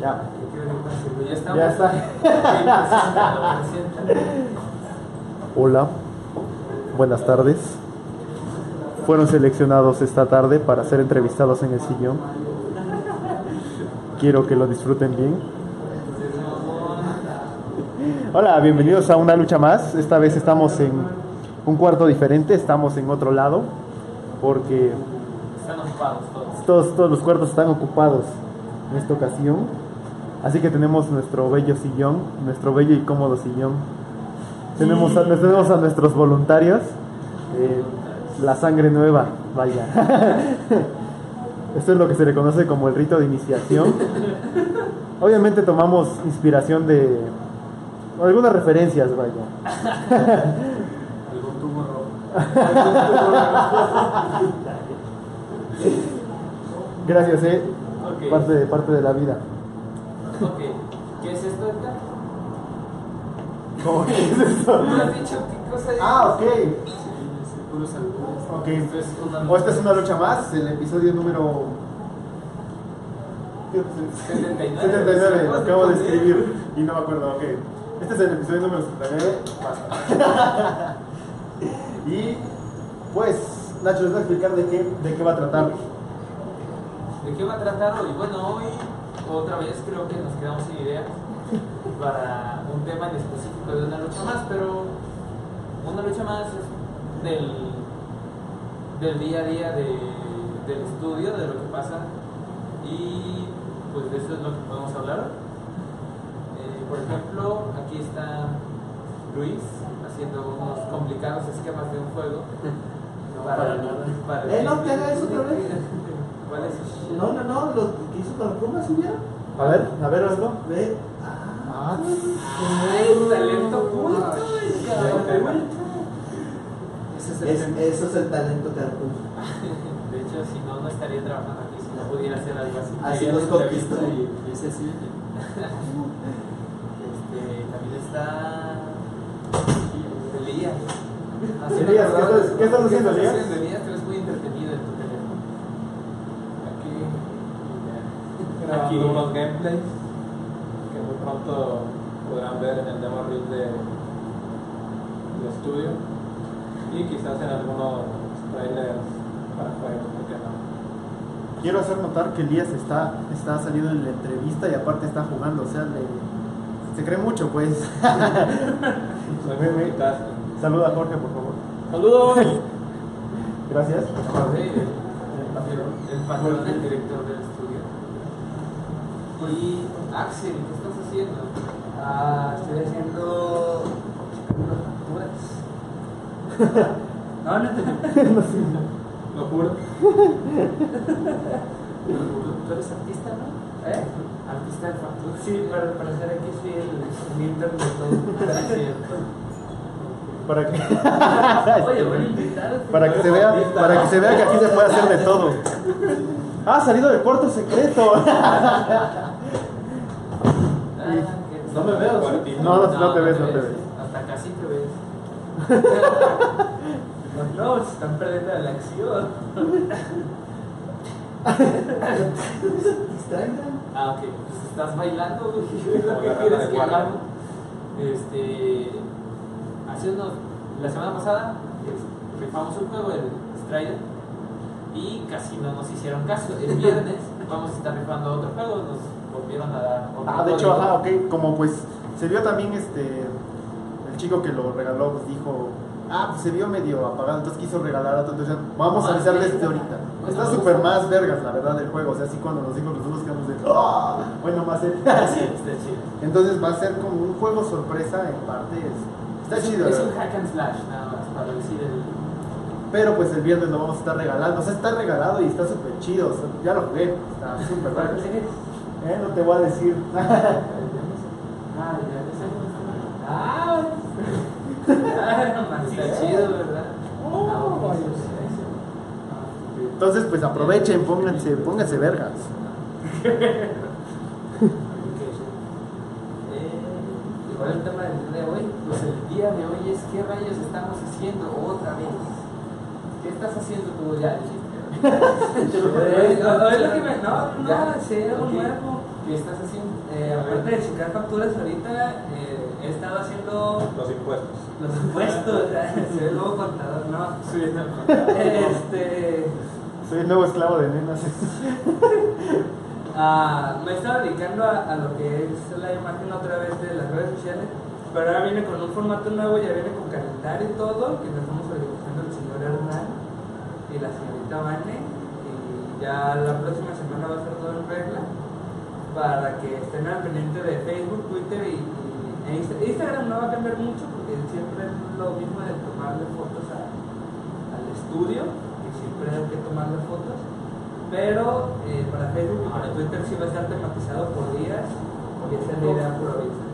Ya. Hay que ver más seguro. Ya estamos. Ya está. Sí, preséntalo, preséntalo. Hola, buenas tardes. Fueron seleccionados esta tarde para ser entrevistados en el sillón. Quiero que lo disfruten bien. Hola, bienvenidos a una lucha más. Esta vez estamos en un cuarto diferente, estamos en otro lado, porque Están ocupados todos. todos, todos los cuartos están ocupados en esta ocasión. Así que tenemos nuestro bello sillón, nuestro bello y cómodo sillón. Tenemos a, nos- tenemos a nuestros voluntarios. eh, la sangre nueva, vaya. Esto es lo que se le conoce como el rito de iniciación. Obviamente tomamos inspiración de o algunas referencias, vaya. Algún tubo rojo. Gracias, eh. Ok. Parte de parte de la vida. Ok. ¿Qué es esto, Edgar? ¿Cómo que es eso? ¿No has dicho qué cosa es? Ah, ok. Sí, seguros algunos. Ok. Esto es una O esta es una lucha más, el episodio número 79. 79, lo acabo de poner. escribir y no me acuerdo, ok. Este es el episodio número 79, basta. y pues, Nacho, les voy a explicar de qué, de qué va a tratar. ¿De qué va a tratar hoy? Bueno, hoy otra vez creo que nos quedamos sin ideas para un tema en específico de una lucha más, pero una lucha más es del, del día a día de- del estudio, de lo que pasa, y pues de eso es lo que podemos hablar. Eh, por ejemplo, aquí está Luis haciendo unos complicados esquemas de un juego. para nada. para- Eh, no, te hagas otra vez. ¿Cuál es? No, no, no, los que hizo con los Pumas, ¿sí vieron? A ver, a ver, hazlo. Ve. Ah, ¡Ay, talento oculto! Ese es el Es- tema. eso es el talento que arruina. De hecho, si no, no estaría trabajando aquí si no pudiera hacer algo así. Así Haría nos una entrevista conquistó. y- y ese sí. Este, también está. Elías. Ah, sí, Elías, ¿qué estás- qué estás haciendo, Elías? Elías? Elías, te ves muy entretenido en tu teléfono. Aquí, Grabando aquí unos unos gameplays que muy pronto podrán ver en el demo reel de, del estudio y quizás en algunos trailers para juegos, ¿por qué no? quiero hacer notar que Elías está, está saliendo en la entrevista y aparte está jugando, o sea, le- se cree mucho, pues. Soy Ve, ve. multitasking. Saluda a Jorge, por favor. ¡Saludos! Gracias. Jorge, el patrón del director del estudio. Y Axel, ¿qué estás haciendo? Ah, estoy haciendo. No, no entendí. Lo juro. Tú eres artista, ¿no? ¿Eh? Artista de factura. Sí, para parecer aquí soy el líder de Para que, todo. Oye, voy a invitar a para que se vea, para que se vea que aquí se puede hacer de todo. Ah, salido del puerto secreto. No me veo, ¿sí? No, no, no te ves, no te ves. Hasta casi te ves. este- No, se están perdiendo de la acción. Distraigan. Ah, ok. Pues estás bailando, güey. Como la ¿Qué rana quieres de que guardia. hagamos? Este. Hace unos. La semana pasada es- rifamos un juego, el Strider. Y casi no nos hicieron caso. El viernes vamos a estar rifando otro juego. Nos volvieron a dar otro Ah, de hecho, código. ajá, ok, como pues se vio también este, el chico que lo regaló, pues dijo, ah, pues se vio medio apagado, entonces quiso regalar a entonces ya, vamos a avisar desde ahorita. Está súper más vergas, la verdad, del juego, o sea, así cuando nos dijo que nosotros quedamos de, "Ah", bueno, va a ser. Sí, está chido. Entonces va a ser como un juego sorpresa en partes, está Es un- chido, la Es verdad. un hack and slash, nada más, para decir el. pero pues el viernes lo vamos a estar regalando, o sea, está regalado y está súper chido, o sea, ya lo jugué, está súper vergas. Eh, no te voy a decir. Ah, ya, ya sé. Ah, Está sí. chido, ¿verdad? Oh, Ah, vaya. sí, sí, sí. Entonces, pues aprovechen, pónganse, pónganse vergas. Eh, ¿Cuál es el tema del día de hoy? Pues el día de hoy es qué rayos estamos haciendo otra vez. ¿Qué estás haciendo tú ya? dijiste? Eh, no, es lo que me. No, no, Ya. sea algo Ok. nuevo. ¿Qué estás haciendo? Eh, aparte de checar facturas ahorita, eh, he estado haciendo Los impuestos. los impuestos, ah, soy el nuevo contador, no. Subiendo el Este, Soy el nuevo esclavo de nenas. ah, me he estado dedicando a, a lo que es la imagen otra vez de las redes sociales, pero ahora viene con un formato nuevo, ya viene con calendario y todo, que nos estamos dibujando el señor Hernán y la señorita Vane, y ya la próxima semana va a ser todo en regla, para que estén al pendiente de Facebook, Twitter y, y- e Insta- Instagram no va a cambiar mucho, porque siempre es lo mismo de tomarle fotos a- al estudio, que siempre hay que tomarle fotos. Pero eh, para Facebook y para Twitter sí va a estar tematizado por días y esa es la idea provista.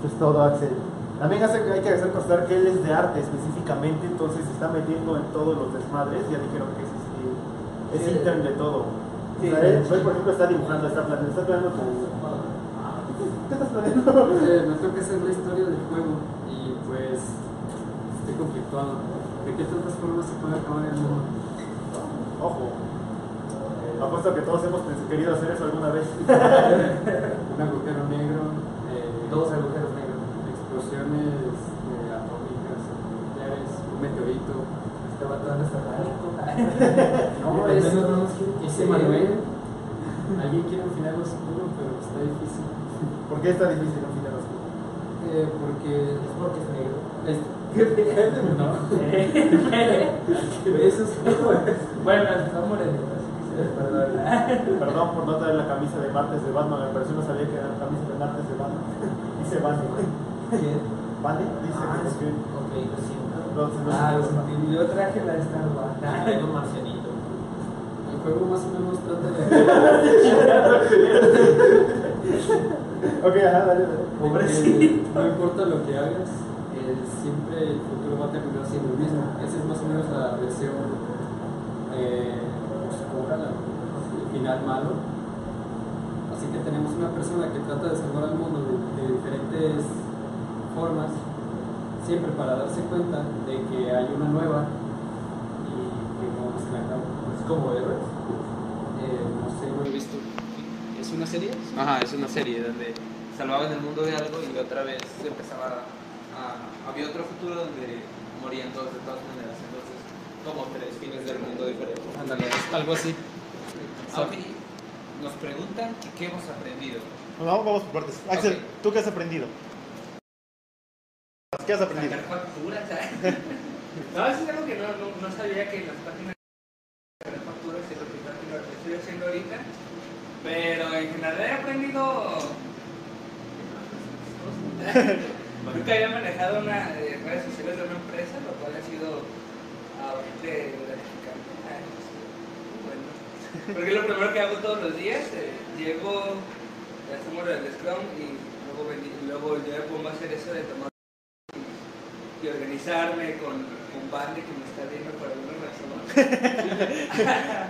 Eso es todo, Axel. También hace- hay que hacer constar que él es de arte específicamente, entonces se está metiendo en todos los desmadres. Ya dijeron que es, este- es Sí. intern de todo. Sí. O sea, él, él, por ejemplo, está dibujando, está planeando, está planeando como... ¿Qué estás planeando? Eh, me toca hacer la historia del juego y pues estoy conflictuado. ¿De qué tantas formas se puede acabar el mundo? Ojo. Apuesto que todos hemos pens- querido hacer eso alguna vez. Un agujero negro, eh, Dos agujeros negros. explosiones eh, atómicas, nucleares, un meteorito. Este vato anda satánico. No, Al es, menos no nos quiere- ese Manuel. Alguien quiere un final oscuro, pero está difícil. ¿Por qué está difícil un final oscuro? Eh, porque Es porque es negro. es- no. Eso es bueno, está moreno, así que se les perdona. Perdón por no traer la camisa de martes de Batman, me pareció no sabía que era la camisa de martes de Batman. Dice Vane. ¿Vane? Dice Ah, que es- es que- Ok, lo siento. Entonces, no Ah, sé lo qué pasa. sentí. Yo traje la de Star Wars. Ah, hay un marcianito. El juego más o menos trata de... Ok, ajá, dale, dale. Pobrecito. Eh, No importa lo que hagas, eh, siempre el futuro va a terminar siendo el mismo. Esa es más o menos la versión eh, oscura, la- el final malo. Así que tenemos una persona que trata de salvar al mundo de, de diferentes formas, siempre para darse cuenta de que hay una nueva y que no se la acaba. Es como héroes. Eh, no sé, no he visto. ¿Es una serie? Ajá, es una serie donde salvaban el mundo de algo y otra vez se empezaba a... Había otro futuro donde morían todos de todas maneras, entonces como tres fines del mundo diferentes. Ándale, algo así. Ahora nos preguntan que qué hemos aprendido. Vamos, vamos por partes. Axel, ¿tú qué has aprendido? ¿Qué has aprendido? Sacar facturas, ¿sabes? no, eso es algo que no, no- no sabía que las páginas de sacar facturas es lo que está- lo que estoy haciendo ahorita. Pero en general he aprendido. Nunca había manejado una eh, redes sociales de una empresa, lo cual ha sido ah, bastante gratificante. Ay, Bueno, porque es lo primero que hago todos los días. eh, llego, hacemos el Scrum y luego, veni- luego yo me pongo a hacer eso de tomar y organizarme con, con Bande que me está viendo por alguna razón.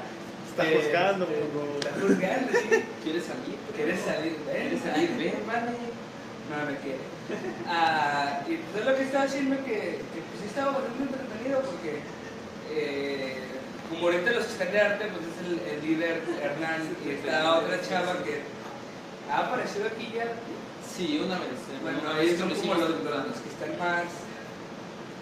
Está Eh, juzgando, eh, este, bro. Está juzgando, sí. ¿Quieres salir? ¿Quieres salir? Ven, ¿Quieres salir? Ven, Bande. No, no quiere. Ah, y pues es lo que estaba haciendo que, que pues sí estaba bastante entretenido porque eh, como ahorita los que están de arte, pues es el, el líder Hernán y está otra chava que ha aparecido aquí ya Sí, una vez. bueno, ellos son como los, los que están más.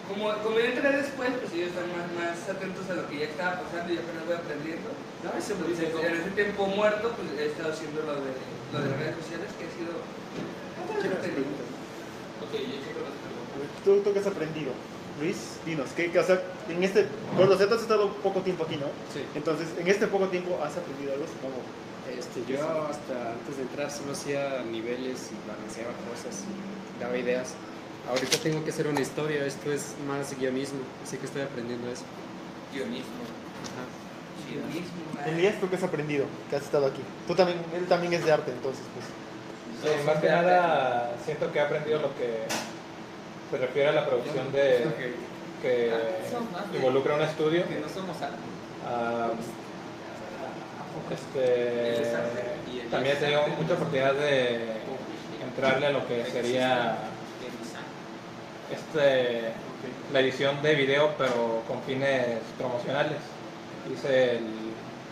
Como, como yo entré después, pues ellos están más, más atentos a lo que ya estaba pasando y yo apenas voy aprendiendo. No, eso me Pues, dice en ese tiempo muerto, pues he estado haciendo lo de, lo de redes sociales que ha sido. Ok, yo creo que pues. ¿Tú, tú qué has aprendido? Luis, dinos, ¿qué, qué- o sea, en este, por lo cierto has estado poco tiempo aquí, ¿no? Sí. Entonces, en este poco tiempo has aprendido algo, supongo. Este, yo hasta antes de entrar solo hacía niveles y balanceaba cosas y daba ideas. Ahorita tengo que hacer una historia, esto es más guionismo, así que estoy aprendiendo eso. Yo mismo. Yo mismo, Ah. madre. Elías, ¿tú qué has aprendido? Que has estado aquí. Tú también, él también es de arte, entonces, pues. Eh, más que nada, siento que he aprendido lo que se refiere a la producción de que involucra un estudio. Que no somos arte. Ah, Él este, es arte y él también he es tenido arte. mucha oportunidad de entrarle a lo que sería Que no sabe. este, la edición de video, pero con fines promocionales. Hice el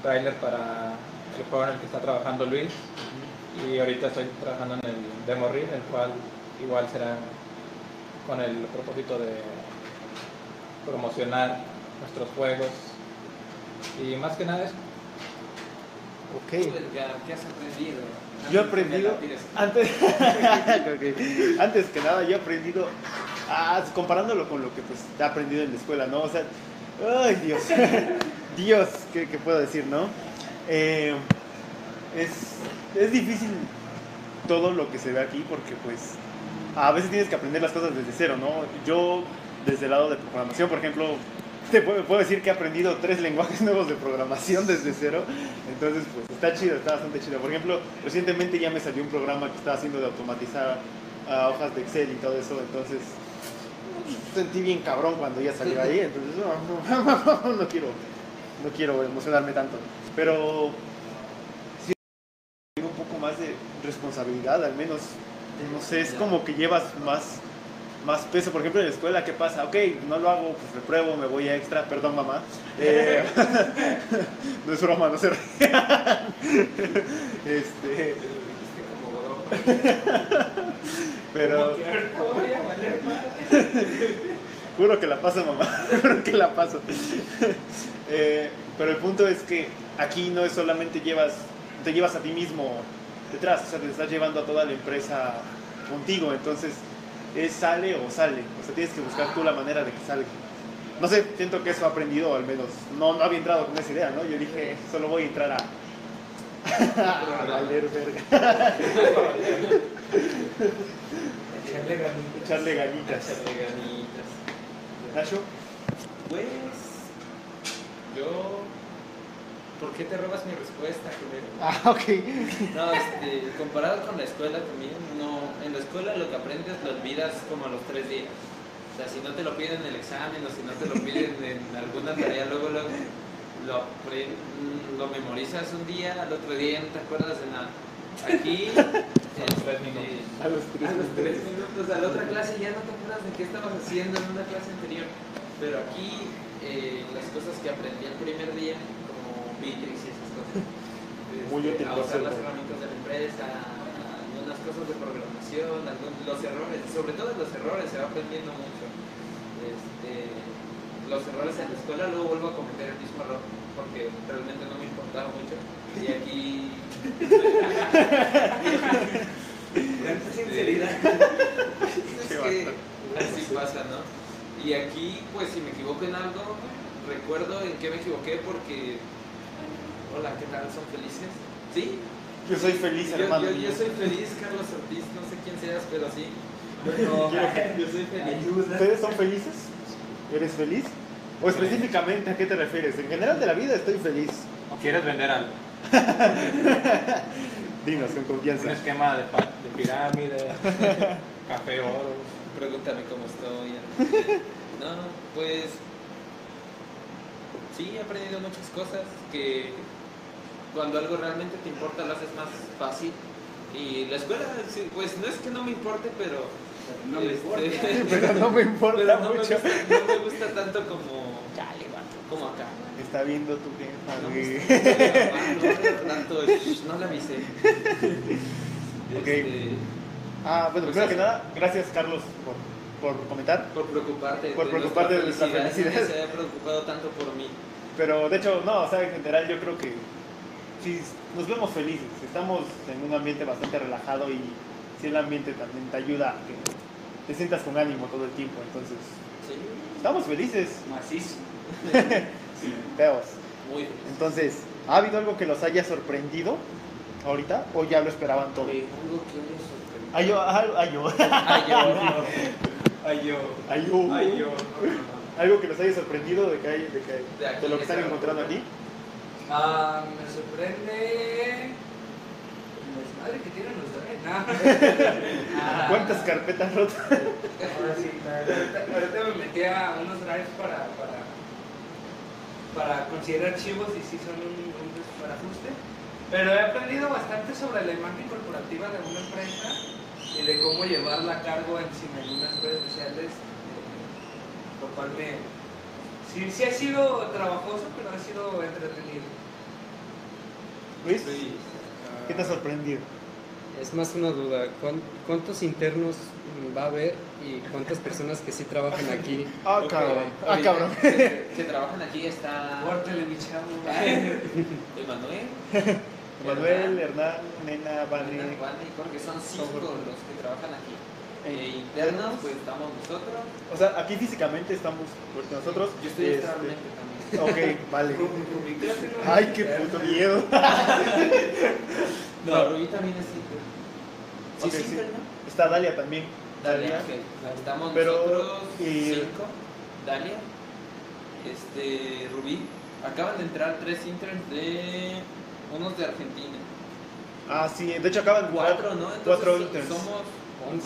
tráiler para el juego en el que está trabajando Luis Y ahorita estoy trabajando en el demo reel, el cual igual será con el propósito de promocionar nuestros juegos. Y más que nada es Tú, Ok. Edgar, ¿qué has aprendido? Yo he aprendido, antes, Ok. antes que nada, yo he aprendido, ah, comparándolo con lo que pues he aprendido en la escuela, ¿no? O sea, ay Dios, Dios, ¿qué, qué puedo decir, no? Eh, es, es difícil todo lo que se ve aquí porque pues a veces tienes que aprender las cosas desde cero, ¿no? Yo, desde el lado de programación, por ejemplo, te puedo, puedo decir que he aprendido tres lenguajes nuevos de programación desde cero. Entonces, pues está chido, está bastante chido. Por ejemplo, recientemente ya me salió un programa que estaba haciendo de automatizar ah, hojas de Excel y todo eso. Entonces, pues, sentí bien cabrón cuando ya salió ahí. Entonces, no, no, no quiero, no quiero emocionarme tanto. Pero sí, tengo un poco más de responsabilidad, al menos. No sé, es como que llevas más más peso. Por ejemplo, en la escuela, ¿qué pasa? Ok, no lo hago, pues repruebo, me voy a extra, perdón mamá. Eh, no es broma, no se rían. Este, pero juro que la paso, mamá. Juro que la paso. Eh, pero el punto es que aquí no es solamente llevas, te llevas a ti mismo detrás, o sea, te estás llevando a toda la empresa contigo. Entonces, es sale o sale. O sea, tienes que buscar tú la manera de que salga. No sé, siento que eso he aprendido, al menos. No, no había entrado con esa idea, ¿no? Yo dije, solo voy a entrar a. a valer verga. Echarle ganitas. Echarle ganitas. Echarle ganitas. Nacho, Pues. Yo. ¿Por qué te robas mi respuesta, culero? Ah, ok. No, este, comparado con la escuela también, no, en la escuela lo que aprendes lo olvidas como a los tres días. O sea, si no te lo piden en el examen o si no te lo piden en alguna tarea, luego lo, lo, apre- mm, lo memorizas un día, al otro día ya no te acuerdas de nada. Aquí, este, A los tres. a los tres minutos, a la otra clase ya no te acuerdas de qué estabas haciendo en una clase anterior. Pero aquí eh, las cosas que aprendí el primer día, como Bitrix y esas cosas, este, Muy útil, a por cierto. usar las herramientas de la empresa, algunas cosas de programación, algún- los errores, sobre todo en los errores se va aprendiendo mucho. Este, los errores en la escuela luego vuelvo a cometer el mismo error porque realmente no me importaba mucho. Y aquí... Gran Este, sinceridad. Es que así pasa, ¿no? Y aquí, pues si me equivoco en algo, recuerdo en qué me equivoqué porque... Hola, ¿qué tal? ¿Son felices? Sí, Yo soy feliz, yo, hermano. yo, yo soy feliz, Carlos Ortiz, no sé quién seas, pero sí. Yo, yo soy feliz. ¿Ustedes son felices? ¿Eres feliz? O específicamente, ¿a qué te refieres? En general de la vida estoy feliz. o quieres vender algo. Dinos con Un confianza. Pues, esquema de, pa- de pirámide, café oro. Pregúntame cómo estoy. No, no, pues. Sí, he aprendido muchas cosas que cuando algo realmente te importa lo haces más fácil. Y la escuela, sí, pues no es que no me importe, pero. No me este, Pero no me importa pero pues, no me, mucho. gusta, no me gusta tanto como. Como acá. Está viendo tu jefa, No, güey. pues, no, no, tanto, shh, no la avisé. Ok. Este, Ah, bueno, Pues primero eso. que nada, gracias Carlos por, por comentar. por preocuparte. Por de preocuparte de nuestra No felicidad. se haya preocupado tanto por mí. Pero de hecho, no, o sea, en general yo creo que sí, nos vemos felices. Estamos en un ambiente bastante relajado y si el ambiente también te ayuda a que te sientas con ánimo todo el tiempo. Entonces, Sí, estamos felices, macizo. feos. Muy bien. Entonces, ¿ha habido algo que los haya sorprendido ahorita o ya lo esperaban todo? Eh, algo que me sorprendió. Ay, yo, ay, ay, yo. Ay, yo, Ay, yo. Ay, yo. Ay, yo. Algo que los haya sorprendido de que hay, de, que- De aquí, de lo que están claro. encontrando aquí. Ah, me sorprende. El desmadre que tienen los bebés. No. Ah, ¿Cuántas carpetas rotas? Ahora sí, ahorita, ahorita me metí a unos drives para, para, para considerar archivos y sí son un, un desbarajuste. Pero he aprendido bastante sobre la imagen corporativa de una empresa y de cómo llevarla a cargo en sin algunas redes sociales, eh, lo cual me... Sí, sí ha sido trabajoso, pero ha sido entretenido. Luis, ¿qué te ha sorprendido? Pues Es más una duda, ¿cuán- ¿cuántos internos va a haber y cuántas personas que sí trabajan aquí? Ah, cabrón. Ah, Oye, cabrón. Que, que trabajan aquí está Córtale, mi chavo. Emanuel, Manuel, Hernán, Nena, Vane. Juan y Jorge, son cinco los que trabajan aquí. Eh, Eh, internos, pues estamos nosotros. O sea, aquí físicamente estamos porque nosotros. Yo estoy este, externamente también. Ok, vale. Mi clase no- Ay, qué puto miedo. No, Rubí también es interno. Sí, Ok, es sí. interno. Está Dalia también. Dalia, ok. estamos Pero, nosotros y- cinco. Dalia, este, Rubí. Acaban de entrar tres interns de unos de Argentina. Ah, sí, de hecho acaban Cuatro, ¿no? Entonces, cuatro so- interns. Somos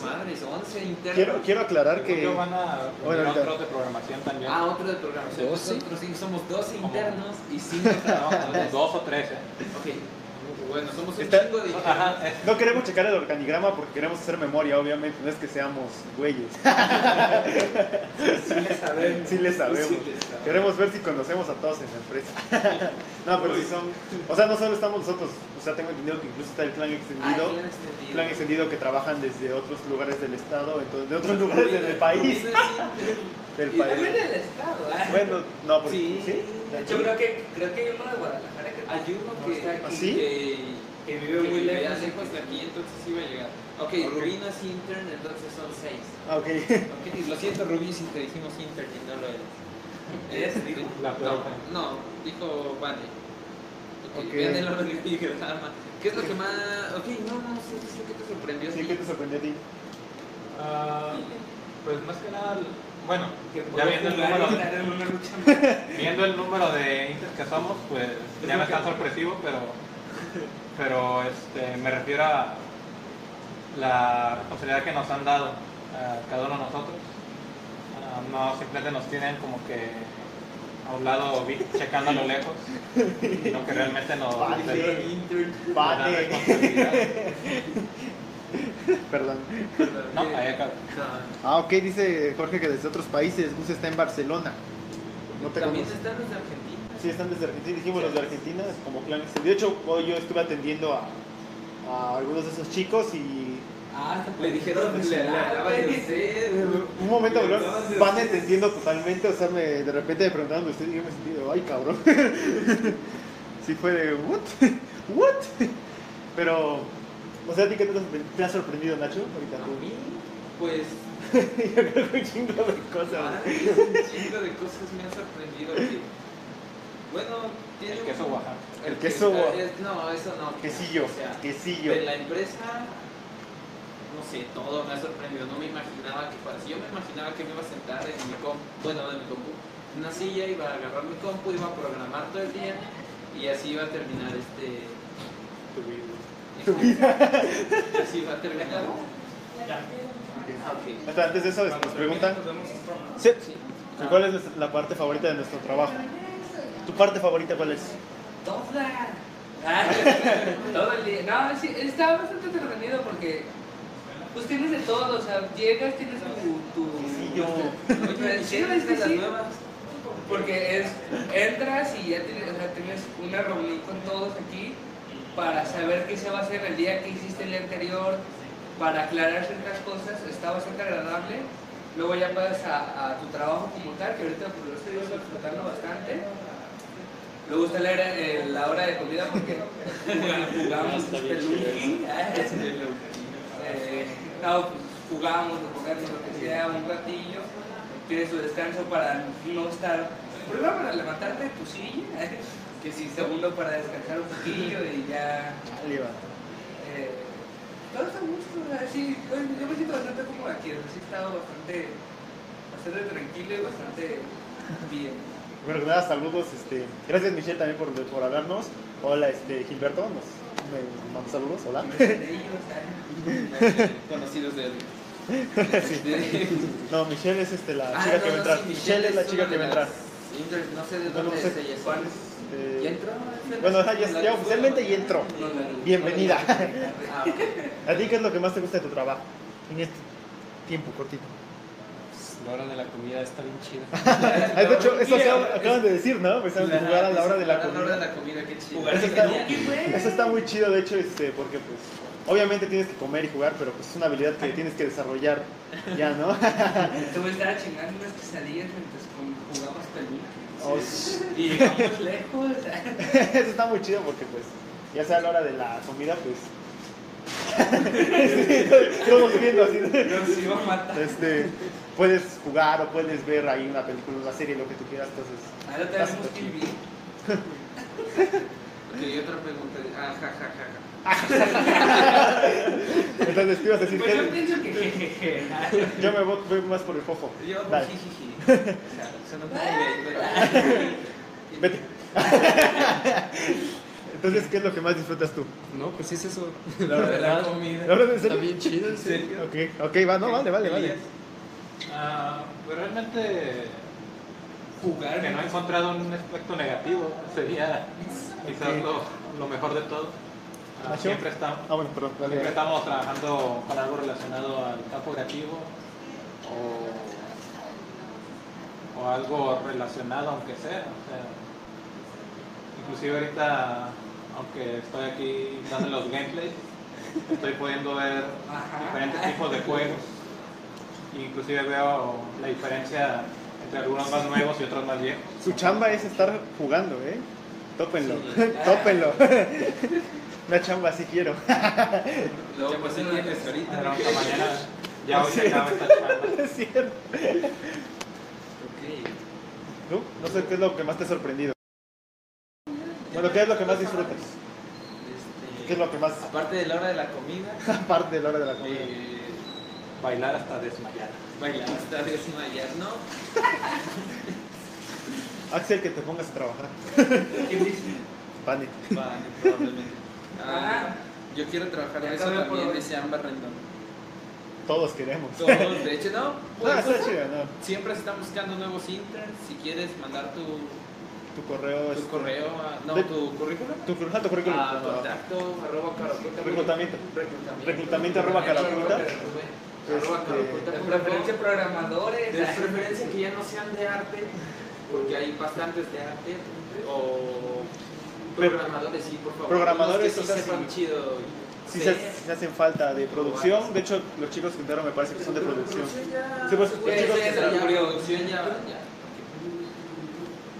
madres, once internos. Quiero, quiero aclarar Creo que. que van a Bueno, poner ahorita. otros de programación también. Ah, otro de programación. ¿Doce? Nosotros sí somos dos internos y cinco trabajadores. Dos o tres, ¿eh? Ok. Bueno, somos un Está- chingo de internos. No queremos checar el organigrama porque queremos hacer memoria, obviamente. No es que seamos güeyes. Sí le sabemos. Queremos ver si conocemos a todos en la empresa. no, pero si son. O sea, no solo estamos nosotros. O sea, tengo entendido que incluso está el plan Ah, extendido. bien extendido. plan extendido que trabajan desde otros lugares del estado, entonces de otros lugares del país. Del Y también país. el Estado. ¿ah? Bueno, no, porque Sí. sí. Yo creo que, creo que hay uno de Guadalajara que Hay uno que, está ¿Ah, aquí. sí? que, Que que vive muy lejos. lejos de aquí, entonces iba a llegar. Ok, Rubí no es intern, entonces son seis. Ah, ok. Ok, y lo siento Rubí si te dijimos intern y no lo eres. Ella se dijo. La No, peor. no, dijo Vane. Ok, Ok. vean el orden que dije, nada más. "Ah, ¿Qué es lo que más...? Ok, no, no, sí, sí, sí, ¿qué te sorprendió? a Sí, ti? ¿qué te sorprendió a ti? Ah, pues más que nada, bueno, ya Voy a viendo el jugar y número, estar en una lucha más. viendo el número de inters que somos, pues ya no es tan sorpresivo, pero, pero este, me refiero a la responsabilidad que nos han dado a cada uno de nosotros. Ah, no simplemente nos tienen como que a un lado vi- checando a lo lejos, sino que realmente nos Vale. nos Intern. dan Vale. responsabilidad. Perdón. No, ahí acaba. Ah, ok, dice Jorge que desde otros países. Gus está en Barcelona. No te También conoce. están los de Argentina. Sí, están desde Argentina. Dijimos los de Argentina como clan extendido. De hecho, hoy yo estuve atendiendo a, a algunos de esos chicos y Ah, Le dijeron, le le hablaban de usted. un momento bro, van entendiendo totalmente, o sea, me, de repente me preguntaron de usted y yo me sentí, de, ay cabrón. sí fue de, what? what? Pero, o sea, ¿a ti qué te, ha sorpre- te ha sorprendido, Nacho? Ahorita A tú. mí, pues, yo creo que un chingo de cosas. madre, un chingo de cosas me han sorprendido. que- bueno, tiene El un- queso Oaxaca. El queso- ah, es- no, eso no. Quesillo, O sea, quesillo. de la empresa, no sé, todo me ha sorprendido. No me imaginaba que fuera así. Yo me imaginaba que me iba a sentar en mi compu, bueno, no en mi compu, en una silla, iba a agarrar mi compu, iba a programar todo el día y así iba a terminar este. Tu vida. Así iba a terminar. Ah, ok. Hasta antes de eso, les- nos preguntan, sí, Sí. ¿y ¿cuál es nuestra- la parte favorita de nuestro trabajo? ¿Tu parte favorita cuál es? Toda. Ah, todo el día. No, sí, estaba bastante entretenido porque pues tienes de todo, o sea, llegas, tienes tu... tu Sí, yo. Oye, sí, ¿Hicieron estas sí, las sí. nuevas? Porque es, entras y ya tienes, o sea, tienes una reunión con todos aquí para saber qué se va a hacer el día que hiciste el día anterior, para aclarar ciertas cosas, está bastante agradable. Luego ya pasas a, a tu trabajo como tal, que ahorita pues, lo estoy disfrutando bastante. Luego está la, hora- eh, la hora de comida porque jugamos pelunqui. Eh, no, pues, jugamos, jugamos lo que sea, un ratillo, tienes tu descanso para no estar, primero para levantarte de tu silla, que sí, segundo para descansar un poquillo y ya, Ahí va. eh, todo está a gusto, o sea, sí, pues, yo me siento bastante cómodo aquí, o sea, sí he estado bastante, bastante tranquilo y bastante bien. Bueno, que nada, saludos. Este, gracias, Michelle, también por, por hablarnos. Hola, este, Gilberto, nos me manda saludos. Hola. Me sentí, o sea, ¿eh? Conocidos de él. No, Michelle es este, la Ah, chica no, que va a no, entrar. sí, Michelle es la una chica que de va a entrar. las Inders, no sé de Bueno, dónde no es sé. ella. ¿Cuál ¿sí? Eh, ¿Ya entró? Bueno, ajá, ya, ya oficialmente ya entró. no la vi. Bienvenida. Ah, ok. ¿A ti qué es lo que más te gusta de tu trabajo? En este tiempo cortito. Pues, La hora de la comida está bien chida. Ah, de hecho, eso acaban, acaban de decir, ¿no? Empezaron a jugar a la hora de la A la hora de comida. la comida, qué chido. Eso está, eso está muy chido, de hecho, este, porque pues Obviamente tienes que comer y jugar, pero pues es una habilidad que tienes que desarrollar ya, ¿no? Tú me estabas chingando unas quesadillas mientras con- jugabas pelín. Oh, Y llegamos lejos. Eso está muy chido porque pues ya sea la hora de la comida, pues... Sí, todos viendo así. Nos iba a matar. Este, puedes jugar o puedes ver ahí una película, una serie, lo que tú quieras, entonces... Ah, Ahora tenemos que vivir. Ok, y otra pregunta. Ah, ja, ja, ja, ja. Entonces tú ibas a decir Pues yo que pienso que jejeje. yo me voy, voy más por el fojo. Yo, pues, Dale. jijiji. O sea, suena muy bien, pero- Vete. Entonces, ¿qué es lo que más disfrutas tú? No, pues sí es eso. La verdad, la comida. ¿La verdad en Está serio? bien chido, en serio. Ok, ok, va, no, vale, vale, vale. Ah, pues realmente jugar, que no he encontrado un aspecto negativo, sería quizás lo, lo mejor de todo. Ah, ¿Nacho? siempre, está- Ah, bueno, perdón, dale. siempre estamos trabajando para algo relacionado al campo creativo o, o algo relacionado aunque sea. o sea, inclusive ahorita, aunque estoy aquí dando los gameplays, estoy pudiendo ver diferentes tipos de juegos. Inclusive veo la diferencia entre algunos más nuevos y otros más viejos. Su chamba es estar jugando, ¿eh? Tópenlo, tópenlo. Una chamba si quiero. Luego, pues, sí, pues, ahorita. Ah, Pero hasta mañana ya hoy Sí. se acaba esta charla. es cierto. Ok. ¿Tú? No sé qué es lo que más te ha sorprendido. Bueno, ¿qué es lo que más disfrutas? Este, ¿Qué es lo que más, Aparte de la hora de la comida, aparte de la hora de la comida? eh, Bailar hasta desmayar. bailar hasta desmayar, ¿no? Axel, que te pongas a trabajar. ¿Qué dices? Pane. Vale, probablemente. Ah, Ah. yo quiero trabajar en Ya eso acabé por también, hoy. dice Amber Rendón. Todos queremos. Todos, de hecho, no. Ah, pues, está chido, ¿no? siempre se están buscando nuevos interns. Si quieres mandar tu, Tu correo es... tu correo, a- no, Pues, de- tu currículum. Tu, cur- ah, tu currículum. A contacto, arroba caracolta. Reclutamiento. Reclutamiento. Reclutamiento arroba caracolta. Arroba Este, caracolta. De preferencia programadores. De preferencia que ya no sean de arte, porque hay bastantes de arte, o Pero- programadores, sí, por favor. Programadores, Unos o sea, que sí sepan sí. chido. Sí, Se, se hacen falta de producción. De hecho, los chicos que entraron me parece que son de producción. Sí, pues, los Güey, chicos eso que ya se entraron- la producción ya, ya.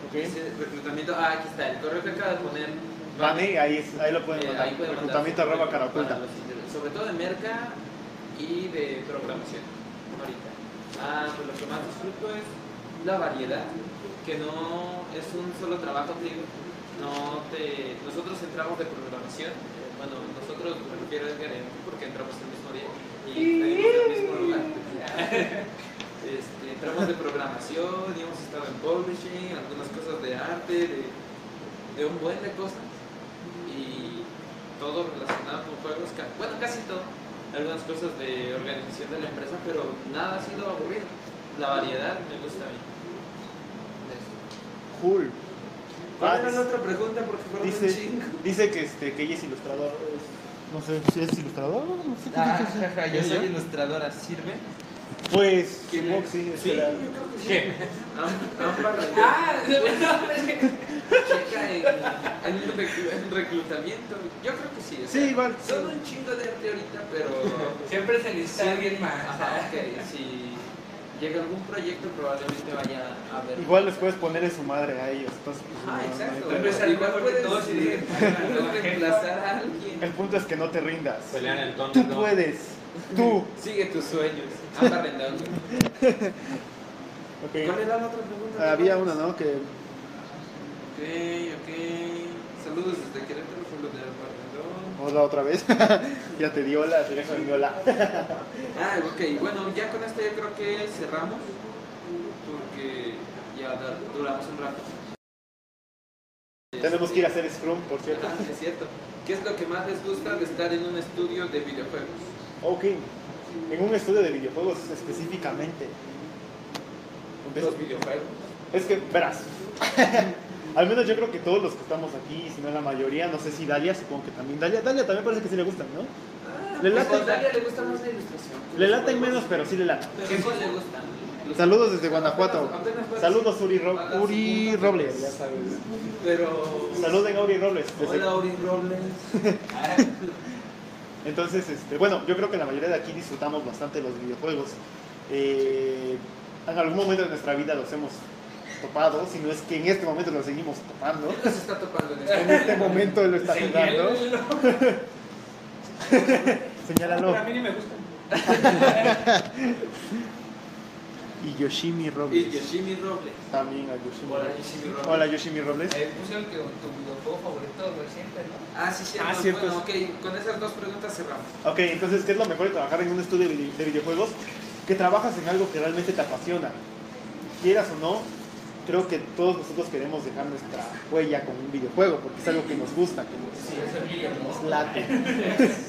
Ok. Dice reclutamiento, ah, aquí está, el correo que acaba de poner. Vane, ahí, es- ahí lo pueden Eh, mandar. ahí pueden mandar Reclutamiento su correo arroba para caracolta. los intereses, Sobre todo de merca y de programación, ahorita. Ah, pues lo que más disfruto es la variedad, que no es un solo trabajo, te digo. No te, nosotros entramos de programación, bueno, nosotros me refiero a Edgar y a mí, porque entramos el mismo día y salimos del mismo lugar. Este, entramos de programación, y hemos estado en publishing, algunas cosas de arte, de, de un buen de cosas y todo relacionado con juegos, ca- bueno, casi todo, algunas cosas de organización de la empresa, pero nada ha sido aburrido. La variedad me gusta a mí. Eso. Cool. ¿Cuál Ah, era la otra pregunta? Porque fueron un Dice, chingo. dice que, este, que ella es ilustrador. No sé si es ilustrador. No sé. Ah, jaja, yo soy ilustradora, ¿sirve? Pues, supongo que sí. Sí, espera. Am- Ah, Checa en, en reclu- en reclutamiento. Yo creo que sí. o Sí, sea, igual, sí. Son un chingo de arte ahorita, pero siempre se necesita alguien más. Ajá, ok, si llega algún proyecto probablemente vaya a ver. Igual les puedes poner en su madre a ellos. entonces, pues, no, Ah, no hay exacto. problema. Empezar igual porque todos quieren reemplazar a El alguien. punto es que no te rindas. Pelear el tono. Tú ¿no? puedes. Tú. Sigue tus sueños. Anda arrendando. Ok. ¿Cuál era la otra pregunta? Había una, ¿no? Que Ok, ok. Saludos desde Querétaro, saludos de Arrendón. Hola otra vez. ya te dio la, te dio la. Ah, ok. Bueno, ya con esto yo creo que cerramos. Porque ya da- duramos un rato. Tenemos que ir a hacer Scrum, por cierto. Ah, es cierto. ¿Qué es lo que más les gusta de estar en un estudio de videojuegos? Ok. En un estudio de videojuegos específicamente. Los videojuegos. Es que, verás. Al menos yo creo que todos los que estamos aquí, si no la mayoría, no sé si Dalia, supongo que también. Dalia, Dalia también parece que sí le gustan, ¿no? Ah, Le Pues late- a Dalia le gusta más la ilustración. Le laten menos, pero sí le late. ¿Qué cosas le gustan? Saludos desde Guanajuato. Apenas fue- Saludos Uri, Ro- Uri Robles. Pero. Saluden a Uri Robles. desde- Hola, Uri Robles. Entonces, este, bueno, yo creo que la mayoría de aquí disfrutamos bastante los videojuegos. Eh, en algún momento de nuestra vida los hemos topado, si no es que en este momento los seguimos topando. Se está topando en En este momento lo está jugando. Señálalo. A mí ni me gusta. Y Yoshimi Robles. Y Yoshimi Robles. También a Yoshimi Hola, Robles. Yoshimi Robles. Hola, Yoshimi Robles. Eh, pusieron que tu videojuego favorito reciente, ¿no? Ah, sí, Ah, cierto. Bueno, ok, con esas dos preguntas cerramos. Ok, entonces, ¿qué es lo mejor de trabajar en un estudio de vide- de videojuegos? Que trabajas en algo que realmente te apasiona. Quieras o no, creo que todos nosotros queremos dejar nuestra huella con un videojuego, porque es algo que nos gusta, que nos, Sí, es el Guillermo. nos late.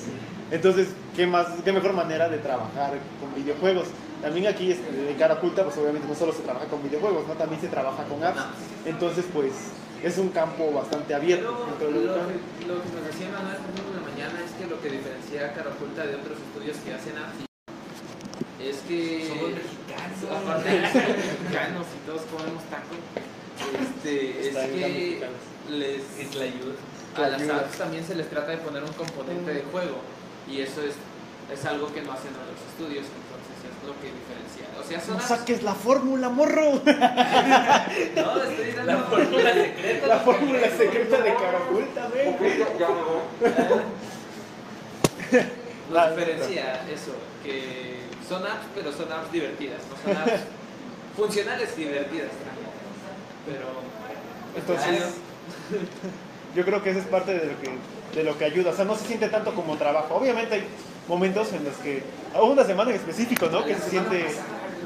Entonces, ¿qué, más, ¿qué mejor manera de trabajar con videojuegos? También aquí este, en cara oculta, pues obviamente no solo se trabaja con videojuegos, ¿no? también se trabaja con apps. Entonces, pues es un campo bastante abierto. Pero dentro del lo, campo. que, lo que nos decía Manuel por ejemplo, en la mañana es que lo que diferencia a Caraculta de otros estudios que hacen así es que Somos mexicanos. aparte de ser mexicanos y todos comemos tacos, este, es Está bien, los que mexicanos. les a las apps también se les trata de poner un componente de juego y eso es, es algo que no hacen en los estudios, entonces es lo que diferencia. O sea, son No apps- saques la fórmula, morro. No, estoy dando la fórmula secreta. La fórmula secreta de Caraculta, güey. La diferencia, eso, que son apps, pero son apps divertidas, no son apps funcionales divertidas también. Pero Entonces, yo creo que eso es parte de lo que, de lo que ayuda. O sea, no se siente tanto como trabajo. Obviamente hay momentos en los que, o una semana en específico, ¿no? Que se siente,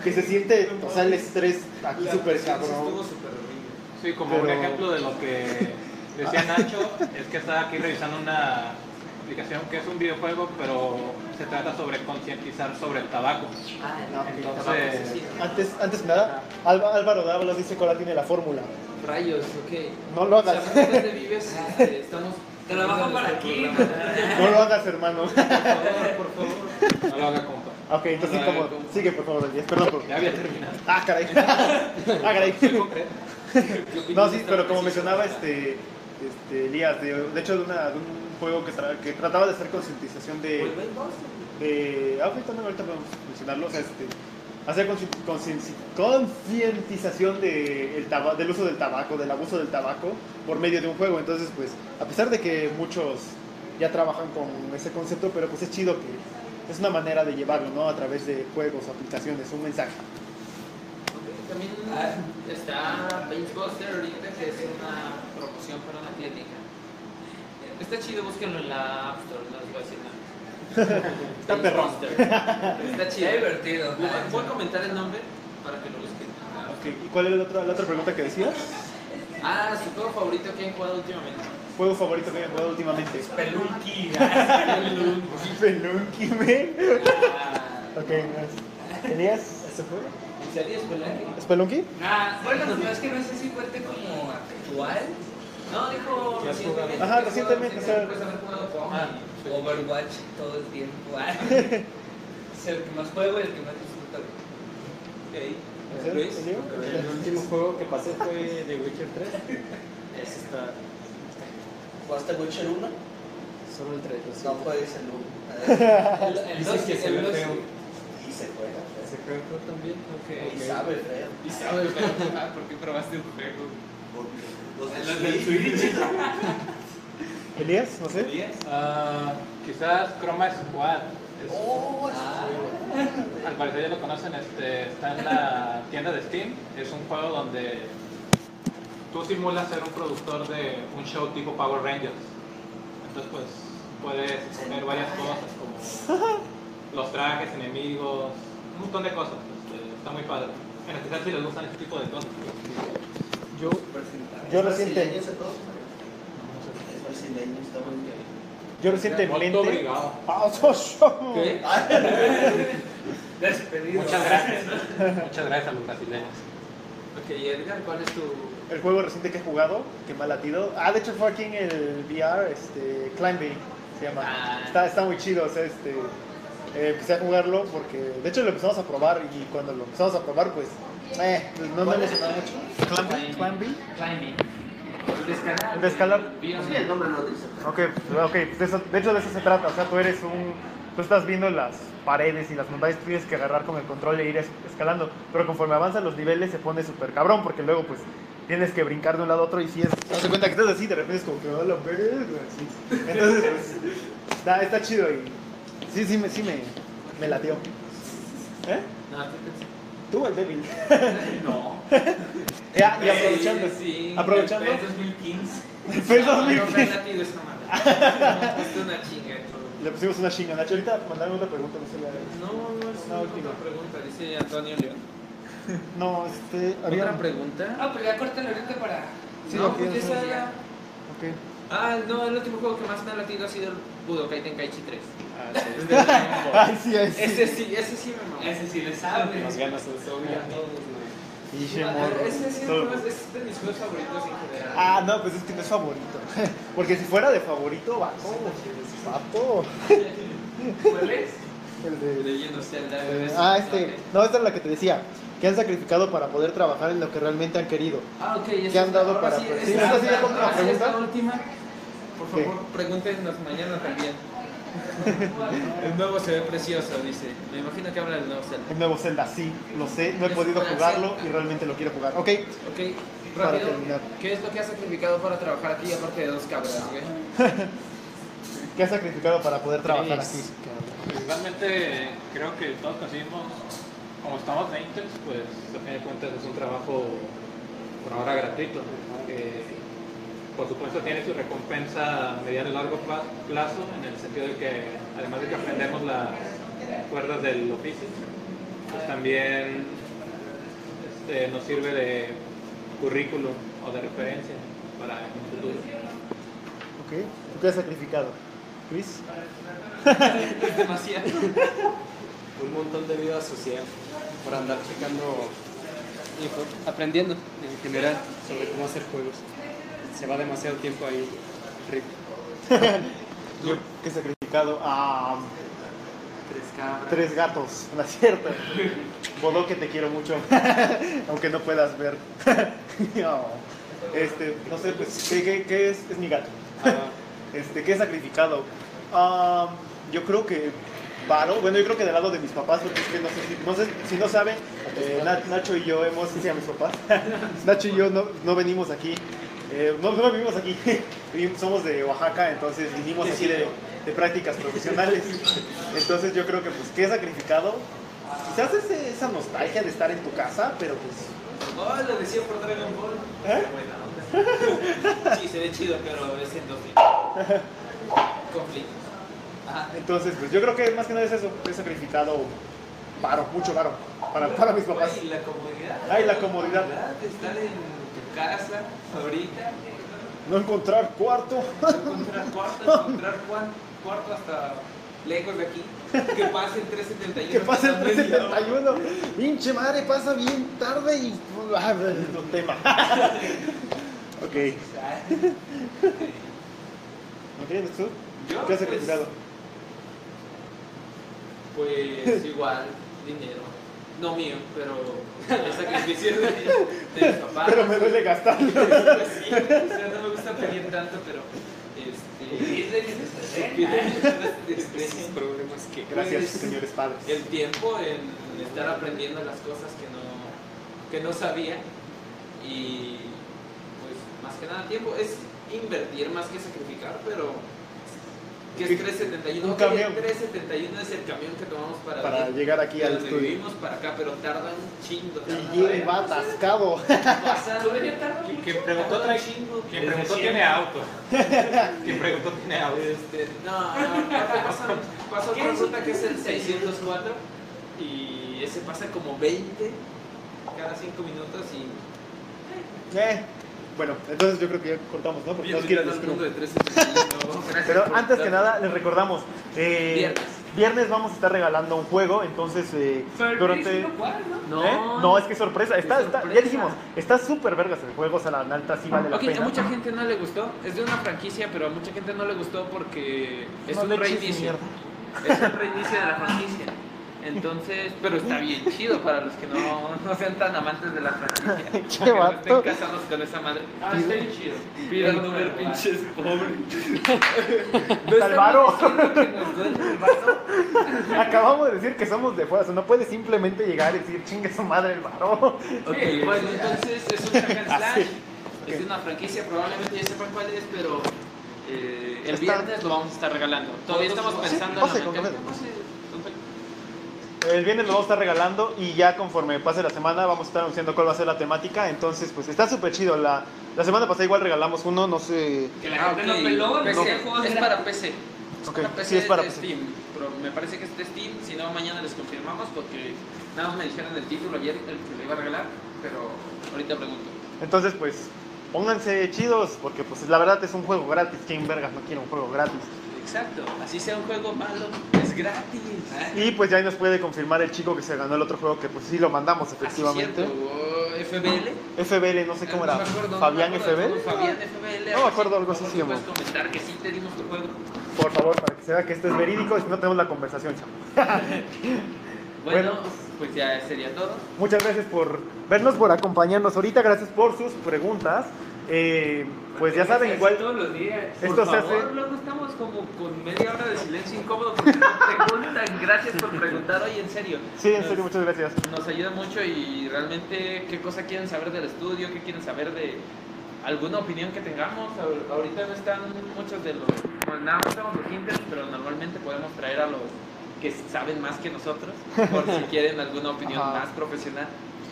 que se siente, o sea, el estrés aquí súper cabrón. estuvo súper horrible. Sí, como un Pero- ejemplo de lo que decía Nacho, es que estaba aquí revisando una aplicación que es un videojuego, pero se trata sobre concientizar sobre el tabaco. No, Entonces, Antes, antes que nada, Alba- Álvaro Dávalos dice que ahora tiene la fórmula. Rayos, ok. No lo O sea, hagas, ¿por dónde vives? Este, Estamos. Trabajo para aquí. no lo hagas, hermano. Por favor, por favor. no lo haga compa. Ok, entonces, como, sigue por favor, Elías, perdón por. Ya había terminado. Ah, caray. Ah, caray. No, sí, pero como mencionaba este, este Elías, de, de hecho de, una- de un juego que, tra- que trataba de hacer concientización de, de... Ah, ahorita, no, ahorita podemos mencionarlo, o sea, este, hacer consci- conscienci- concientización de el taba- del uso del tabaco, del abuso del tabaco por medio de un juego. Entonces, pues, a pesar de que muchos ya trabajan con ese concepto, pero pues es chido que es una manera de llevarlo, ¿no? A través de juegos, aplicaciones, un mensaje. También Ah, está Basebuster ahorita, que es una promoción para una clínica. Está chido, búsquenlo en la App Store, no les voy a decir nada. Está perrón. Basebuster. Está Está chido. divertido. Voy a- voy a comentar el nombre para que lo busquen. Ok, ¿Y cuál era la otra, la otra pregunta que decías? Ah, su juego favorito que han jugado últimamente. ¿Juego favorito que hayan jugado últimamente? Pelunqui. Spelunky, man. Ah, Ok, nice. ¿Elías? ¿Se fue? ¿Sería Spelunky? ¿Spelunky? Ah, bueno, no, es que no sé si cuente como actual. No, dijo recientemente. Ajá, recientemente, o sea, Pues haber jugado Pong. Ah, Overwatch todo el tiempo. Ah, Es el que más juego y el que más disfruto. ¿no sé? Luis, ¿Elio? el último juego que pasé fue The Witcher 3. Es Está ¿Jugaste Witcher 1? solo el 3. No juegues el 1. El- el Dice dos, que se el ve dos, feo. Y se juega. feo. ¿Se juega tú también? Y sabe feo. Y sabe, pero, ah, ¿por qué probaste un juego? Porque los Los del del Switch- Switch. ¿Elías? No sé. Ah, quizás Chroma Squad. Es- Ah, Oh, sí. Al parecer ya lo conocen, este, está en la tienda de Steam. Es un juego donde tú simulas ser un productor de un show tipo Power Rangers. Entonces, pues puedes poner varias cosas como los trajes, enemigos, un montón de cosas. Este, está muy padre. En especial si les gustan este tipo de cosas. Yo, yo reciente, Brasileños, entonces. Es brasileño, está muy bien. yo recientemente... Obrigado. Ah, so- so- Despedido. Muchas gracias. Muchas gracias a los brasileños. Ok, Edgar, ¿cuál es tu. El juego reciente que he jugado, que me ha latido. Ah, de hecho fue aquí en el VR, este, Climbing, se llama. Ah. Está, está muy chido, o sea, este, eh, empecé a jugarlo porque, de hecho lo empezamos a probar y cuando lo empezamos a probar, pues, eh, pues, no me emocionaba mucho. Climbing. Climbing. Descalar. Descalar. Bien. Sí, el nombre lo dice. Ok, ok, de, eso- de hecho de eso se trata, o sea, tú eres un... Tú estás viendo las paredes y las montañas, tú tienes que agarrar con el control e ir es- escalando, pero conforme avanzan los niveles se pone súper cabrón, porque luego pues tienes que brincar de un lado a otro y si es... Te das cuenta que estás así, de repente es como que... "Hola, verga", así. Entonces pues... Está, está chido y... Sí, sí, me, sí me, me lateó. ¿Eh? Tú el débil. No. Ya, y aprovechando. Eh, Sí, aprovechando. el PES 2015. Fue el 2015. No, no, no, látigo esa madre. No, es una chinga. todo. Le pusimos una chinga. Nacho, ahorita mandaron una pregunta, no sé la... No, no es La una última. pregunta, dice Antonio León. No, este... Había... ¿Otra pregunta? Ah, pero ya córtale ahorita para. Sí, no, lo que pues es- esa era- Ok. Ah, no, el último juego que más me ha latido ha sido el Budokai Tenkaichi 3. Ah, sí. Ay, sí, ay, sí. Ese sí, ese sí me mamó. Ese sí le sabe. Nos ganas el Pinche morro. Ah, Ese sí Todo. es- es de mis juegos favoritos en general. Ah, no, pues es que no es favorito. Porque si fuera de favorito, vato. Vato. ¿Cuál es? El de. Leyendo Zelda. eh, es- ah, este. No, esta es la que te decía. Que han sacrificado para poder trabajar en lo que realmente han querido. Ah, ok. esa ¿Qué han es- dado ahora para- Sí, pues, esa sí, es esta la- sí era como una ahora sí es la pregunta. última. Por ¿Qué? favor, pregúntenos mañana también. El nuevo se ve precioso, dice. Me imagino que habla del nuevo Zelda. El nuevo Zelda, sí, lo sé. No he podido jugarlo y realmente lo quiero jugar. Ok, Ok, Para rápido. terminar. ¿Qué es lo que has sacrificado para trabajar aquí aparte de dos cabras, güey? ¿qué has sacrificado para poder trabajar aquí? Pues, Realmente creo que todos conseguimos, como estamos de Intels, pues a fin de cuentas es un trabajo por ahora gratuito. que, por supuesto tiene su recompensa a mediano y largo pla- plazo, en el sentido de que además de que aprendemos las cuerdas del oficio, pues también este, nos sirve de currículum o de referencia para el futuro. Ok, ¿tú qué has sacrificado? Luis, Es demasiado. Un montón de vida social por andar checando y por- aprendiendo en general sobre cómo hacer juegos. Se va demasiado tiempo ahí. Rick. yo, ¿qué he sacrificado? Ah, Tres cabras. tres gatos, ¿no es cierto? Bodo que te quiero mucho, aunque no puedas ver. No. Este, no sé, pues, ¿qué, qué- qué es? Es mi gato. Ah, Este, ¿qué he sacrificado? Ah, yo creo que varo, bueno, yo creo que del lado de mis papás, porque es que no sé si no, sé, si no saben, eh, Na- Nacho y yo hemos, sí, a mis papás, Nacho y yo no, no venimos aquí, eh, no, no vivimos aquí, Vivimos- somos de Oaxaca, entonces vinimos aquí de, de prácticas profesionales, entonces yo creo que pues, ¿qué he sacrificado? Quizás ese- esa nostalgia de estar en tu casa, pero pues Oh, lo decía por Dragon Ball. ¿Eh? Qué buena onda. Sí, se ve chido, pero es en 2000. Conflictos. Ajá. Entonces, pues yo creo que más que nada es eso. He sacrificado varo, mucho varo, para, para mis papás. Ay, la comodidad. Ay, la comodidad. de Estar en tu casa ahorita, No encontrar cuarto. encontrar cuarto, encontrar cuan- cuarto hasta lejos de aquí. Que pase el 371. Que pase el cada media hora. 371. Pinche madre, pasa bien tarde y. Ah, es un tema. ok. ¿Ok, Alex, tú? Yo, ¿Qué has pues, sacrificado? Pues igual, dinero. No mío, pero el sacrificio de, de mis ah, papás. Pero me duele gastarlo. Pues sí, o sea, no me gusta pedir tanto, pero. Este, esos este, problemas que Gracias, Pues- señores padres. el tiempo en estar aprendiendo las cosas que no, que no sabía y pues más que nada tiempo es invertir más que sacrificar pero que Sí, es 371 un Ok, el camión. 371 es el camión que tomamos para, Para venir llegar aquí de al donde estudio. vivimos para acá pero tardan chingo tardan- Y él va atascado. O sea, Quien- Quien preguntó, tardan trae- chingo quien preguntó tiene auto. Quien preguntó tiene auto. Este, no, no, no, pasa, pasa otra ruta que es el 604 y ese pasa como 20 cada 5 minutos y Eh, Bueno, entonces yo creo que ya cortamos, ¿no? Porque nos Bienvenido quieren al mundo de 361. Gracias Pero por antes que estar- nada, les recordamos, eh, Viernes. viernes vamos a estar regalando un juego, entonces eh, durante... ¿eh? No, No, es que es sorpresa, está, Es está- ya sorpresa. dijimos, está súper vergas el juego, o sea, la nalta sí vale la Ok, a pena. mucha gente no le gustó. Es de una franquicia, pero a mucha gente no le gustó porque es No un le eches reinicio. mierda. Es un reinicio de la franquicia. Entonces, pero está bien chido para los que no, no sean tan amantes de la franquicia. Che, Que no vato. estén casados con esa madre. Ah, está bien chido. Pidan no ver pinches pobres. Hasta el varo. Que nos duele el vato. Acabamos de decir que somos de fuera, o sea, no puedes simplemente llegar y decir, chingue su madre el varón. Ok, bueno, entonces es un hack and Ah, slash. Es de una franquicia, probablemente ya sepan cuál es, pero eh, el Está- viernes lo vamos a estar regalando. Todavía estamos pensando pase, en la con mecánica. café. Pase, con café. El viernes lo vamos a estar regalando y ya conforme pase la semana vamos a estar anunciando cuál va a ser la temática. Entonces, pues está súper chido. La, la semana pasada igual regalamos uno, no sé. Que la Ah, gente ok. no peló, no PC, sé juegos es era- para PC. Ok, Para PC sí, es para de PC. Steam. Pero me parece que es de Steam, si no mañana les confirmamos porque nada más me dijeron el título ayer el que le iba a regalar, pero ahorita pregunto. Entonces, pues pónganse chidos porque, pues la verdad es un juego gratis. ¿Quién vergas no quiere un juego gratis? Exacto, así sea un juego malo, es gratis. Y pues ya ahí nos puede confirmar el chico que se ganó el otro juego que, pues sí lo mandamos Así es Ah, cierto, efectivamente. o FBL. FBL, no sé cómo era. No me acuerdo, no Fabián me acuerdo, FBL. Fabián FBL. No me acuerdo, algo así Por se llamó. favor, Puedes comentar que sí te dimos tu juego. Por favor, para que se vea que esto es verídico y si no tenemos la conversación, chamo. Bueno, Bueno. pues ya sería todo. Muchas gracias por vernos, por acompañarnos ahorita, gracias por sus preguntas. Eh, pues ya saben, Así igual Todos los días. Esto Por se favor, hace- luego estamos como con media hora de silencio incómodo. Porque nos preguntan, gracias por preguntar hoy, en serio. Sí, en serio, muchas gracias. Nos ayuda mucho y realmente qué cosa quieren saber del estudio, qué quieren saber de alguna opinión que tengamos. Ahor- Ahorita no están muchos de los... Bueno, nada más estamos los Inter, pero normalmente podemos traer a los que saben más que nosotros, por si quieren alguna opinión Ajá. más profesional.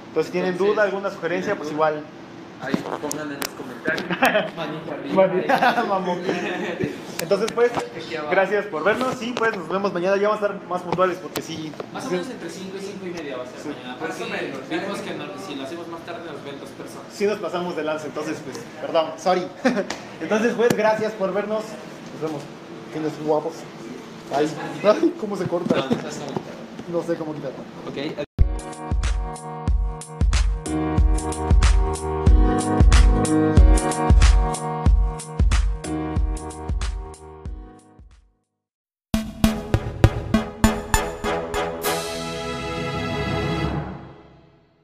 Entonces, tienen Entonces, duda, alguna sugerencia, tienen pues duda. igual. Ahí pongan en los comentarios. Manita arriba. Mamón. Entonces, pues, Aquí abajo. gracias por vernos y pues nos vemos mañana. Ya vamos a estar más puntuales porque sí. Más o menos entre 5 y 5 y media va a ser mañana. Más o porque menos. ¿eh? Vimos que no- si lo hacemos más tarde nos ven dos personas. Sí nos pasamos de lanza, entonces, pues, perdón, sorry. Entonces, pues, gracias por vernos. Nos vemos. Tienes guapos. Ay, ay, cómo se corta. Ah, Entonces, hasta ahorita. No sé cómo quitarlo. Ok,